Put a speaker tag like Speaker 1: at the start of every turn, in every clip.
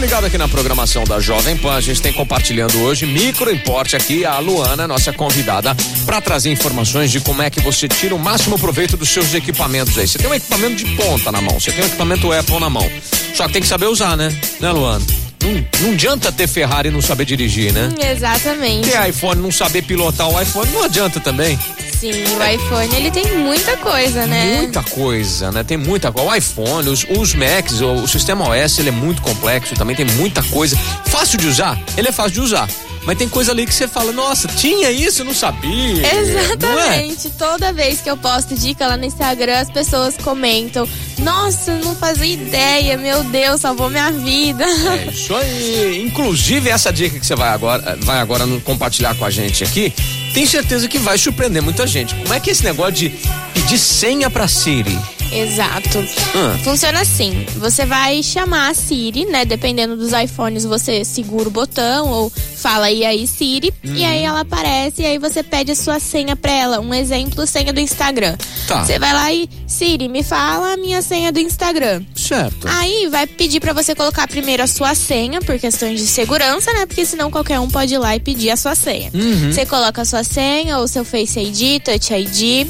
Speaker 1: ligado aqui na programação da Jovem Pan, a gente tem compartilhando hoje micro importe aqui a Luana, nossa convidada, para trazer informações de como é que você tira o máximo proveito dos seus equipamentos aí. Você tem um equipamento de ponta na mão, você tem um equipamento Apple na mão. Só que tem que saber usar, né? Né, Luana? Não, não adianta ter Ferrari e não saber dirigir, né?
Speaker 2: Hum, Exatamente.
Speaker 1: Ter iPhone, não saber pilotar o iPhone, não adianta também.
Speaker 2: Sim, o iPhone ele tem muita coisa, né?
Speaker 1: Muita coisa, né? Tem muita coisa. O iPhone, os, os Macs, o, o sistema OS, ele é muito complexo, também tem muita coisa. Fácil de usar? Ele é fácil de usar. Mas tem coisa ali que você fala, nossa, tinha isso, eu não sabia. Não é?
Speaker 2: Exatamente. Toda vez que eu posto dica lá no Instagram, as pessoas comentam: Nossa, não fazia ideia, meu Deus, salvou minha vida.
Speaker 1: É isso aí. Inclusive, essa dica que você vai agora, vai agora no- compartilhar com a gente aqui, tem certeza que vai surpreender muita gente. Como é que é esse negócio de pedir senha pra Siri?
Speaker 2: Exato.
Speaker 1: Ah.
Speaker 2: Funciona assim: você vai chamar a Siri, né? Dependendo dos iPhones, você segura o botão ou fala e aí Siri, e
Speaker 1: Uhum.
Speaker 2: aí ela aparece, e aí você pede a sua senha pra ela. Um exemplo, senha do Instagram.
Speaker 1: Tá.
Speaker 2: Você vai lá e Siri, me fala a minha senha do Instagram.
Speaker 1: Certo.
Speaker 2: Aí vai pedir pra você colocar primeiro a sua senha, por questões de segurança, né? Porque senão qualquer um pode ir lá e pedir a sua senha. Você coloca a sua senha, ou seu Face ID, Touch ID.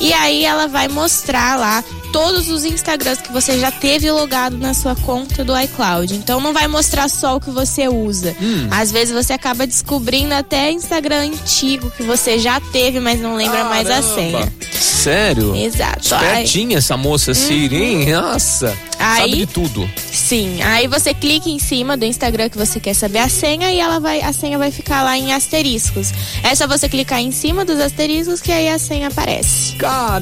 Speaker 2: E aí ela vai mostrar lá todos os Instagrams que você já teve logado na sua conta do iCloud. Então não vai mostrar só o que você usa. Às vezes você acaba descobrindo até Instagram antigo que você já teve, mas não lembra mais a senha.
Speaker 1: Sério?
Speaker 2: Exato. Aí-
Speaker 1: Espertinha essa moça Siri, hein? Nossa. Sabe
Speaker 2: Aí-
Speaker 1: de tudo.
Speaker 2: Sim, aí você clica em cima do Instagram que você quer saber a senha e ela vai, a senha vai ficar lá em asteriscos. É só você clicar em cima dos asteriscos que aí a senha aparece.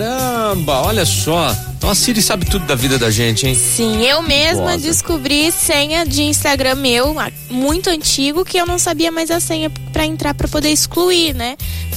Speaker 1: Caramba, olha só. Então a Siri sabe tudo da vida da gente, hein?
Speaker 2: Sim, eu mesma
Speaker 1: Bosta.
Speaker 2: descobri senha de Instagram meu, a- muito antigo, que eu não sabia mais a senha pra entrar pra poder excluir, né?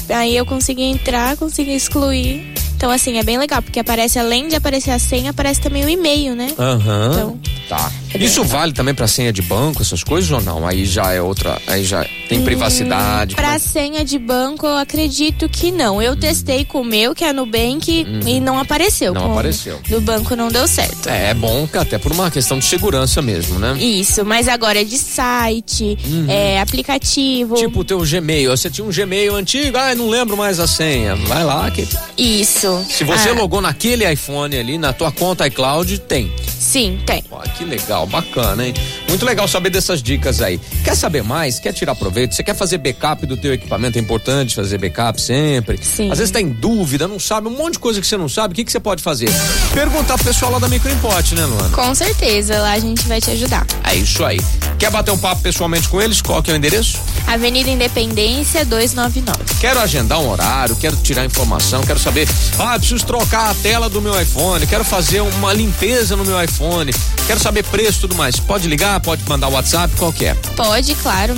Speaker 2: Aí eu consegui entrar, consegui excluir. Então assim, é bem legal, porque aparece além de aparecer a senha, aparece também o e-mail, né?
Speaker 1: Aham.
Speaker 2: Então,
Speaker 1: Tá. Isso vale também pra senha de banco, essas coisas ou não? Aí já é outra, aí já tem privacidade.
Speaker 2: Hum,
Speaker 1: é
Speaker 2: Pra
Speaker 1: mas-
Speaker 2: senha de banco, eu acredito que não.
Speaker 1: Hum.
Speaker 2: Eu testei com o meu, que é a Nubank, e não apareceu.
Speaker 1: Uhum. Não
Speaker 2: Com-
Speaker 1: apareceu.
Speaker 2: Do banco não deu certo.
Speaker 1: É, é bom que até por uma questão de segurança mesmo, né?
Speaker 2: Isso, mas agora é de site, é aplicativo.
Speaker 1: Uhum. Tipo o teu Gmail, você tinha um Gmail antigo, ah, eu não lembro mais a senha. Vai lá que
Speaker 2: Isso.
Speaker 1: se você
Speaker 2: Ah,
Speaker 1: logou naquele iPhone ali, na tua conta iCloud, tem.
Speaker 2: Sim, tem.
Speaker 1: Ó, que legal, bacana, hein? Muito legal saber dessas dicas aí. Quer saber mais? Quer tirar proveito? Você quer fazer backup do teu equipamento? É importante fazer backup sempre.
Speaker 2: Sim.
Speaker 1: Às vezes tá em dúvida, não sabe, um monte de coisa que você não sabe. O que, que você pode fazer? Perguntar pro pessoal lá da Microimporte, né, Luana?
Speaker 2: Com certeza, lá a gente vai te ajudar.
Speaker 1: É isso aí. Quer bater um papo pessoalmente com eles? Qual que é o endereço?
Speaker 2: Avenida Independência 299.
Speaker 1: Quero agendar um horário, quero tirar informação, quero saber. Ah, preciso trocar a tela do meu iPhone, quero fazer uma limpeza no meu iPhone, quero saber preço e tudo mais. Pode ligar, pode mandar o WhatsApp, qual que é?
Speaker 2: Pode, claro.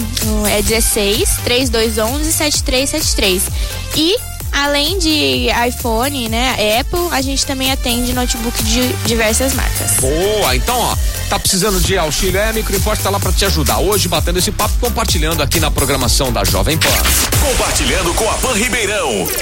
Speaker 2: É 16 3211 7373. E além de iPhone, né, Apple, a gente também atende notebook de diversas marcas.
Speaker 1: Boa, então ó, tá precisando de auxílio? É, a Microimporte tá lá pra te ajudar. Hoje, batendo esse papo, compartilhando aqui na programação da Jovem Pan.
Speaker 3: Compartilhando com a Pan Ribeirão.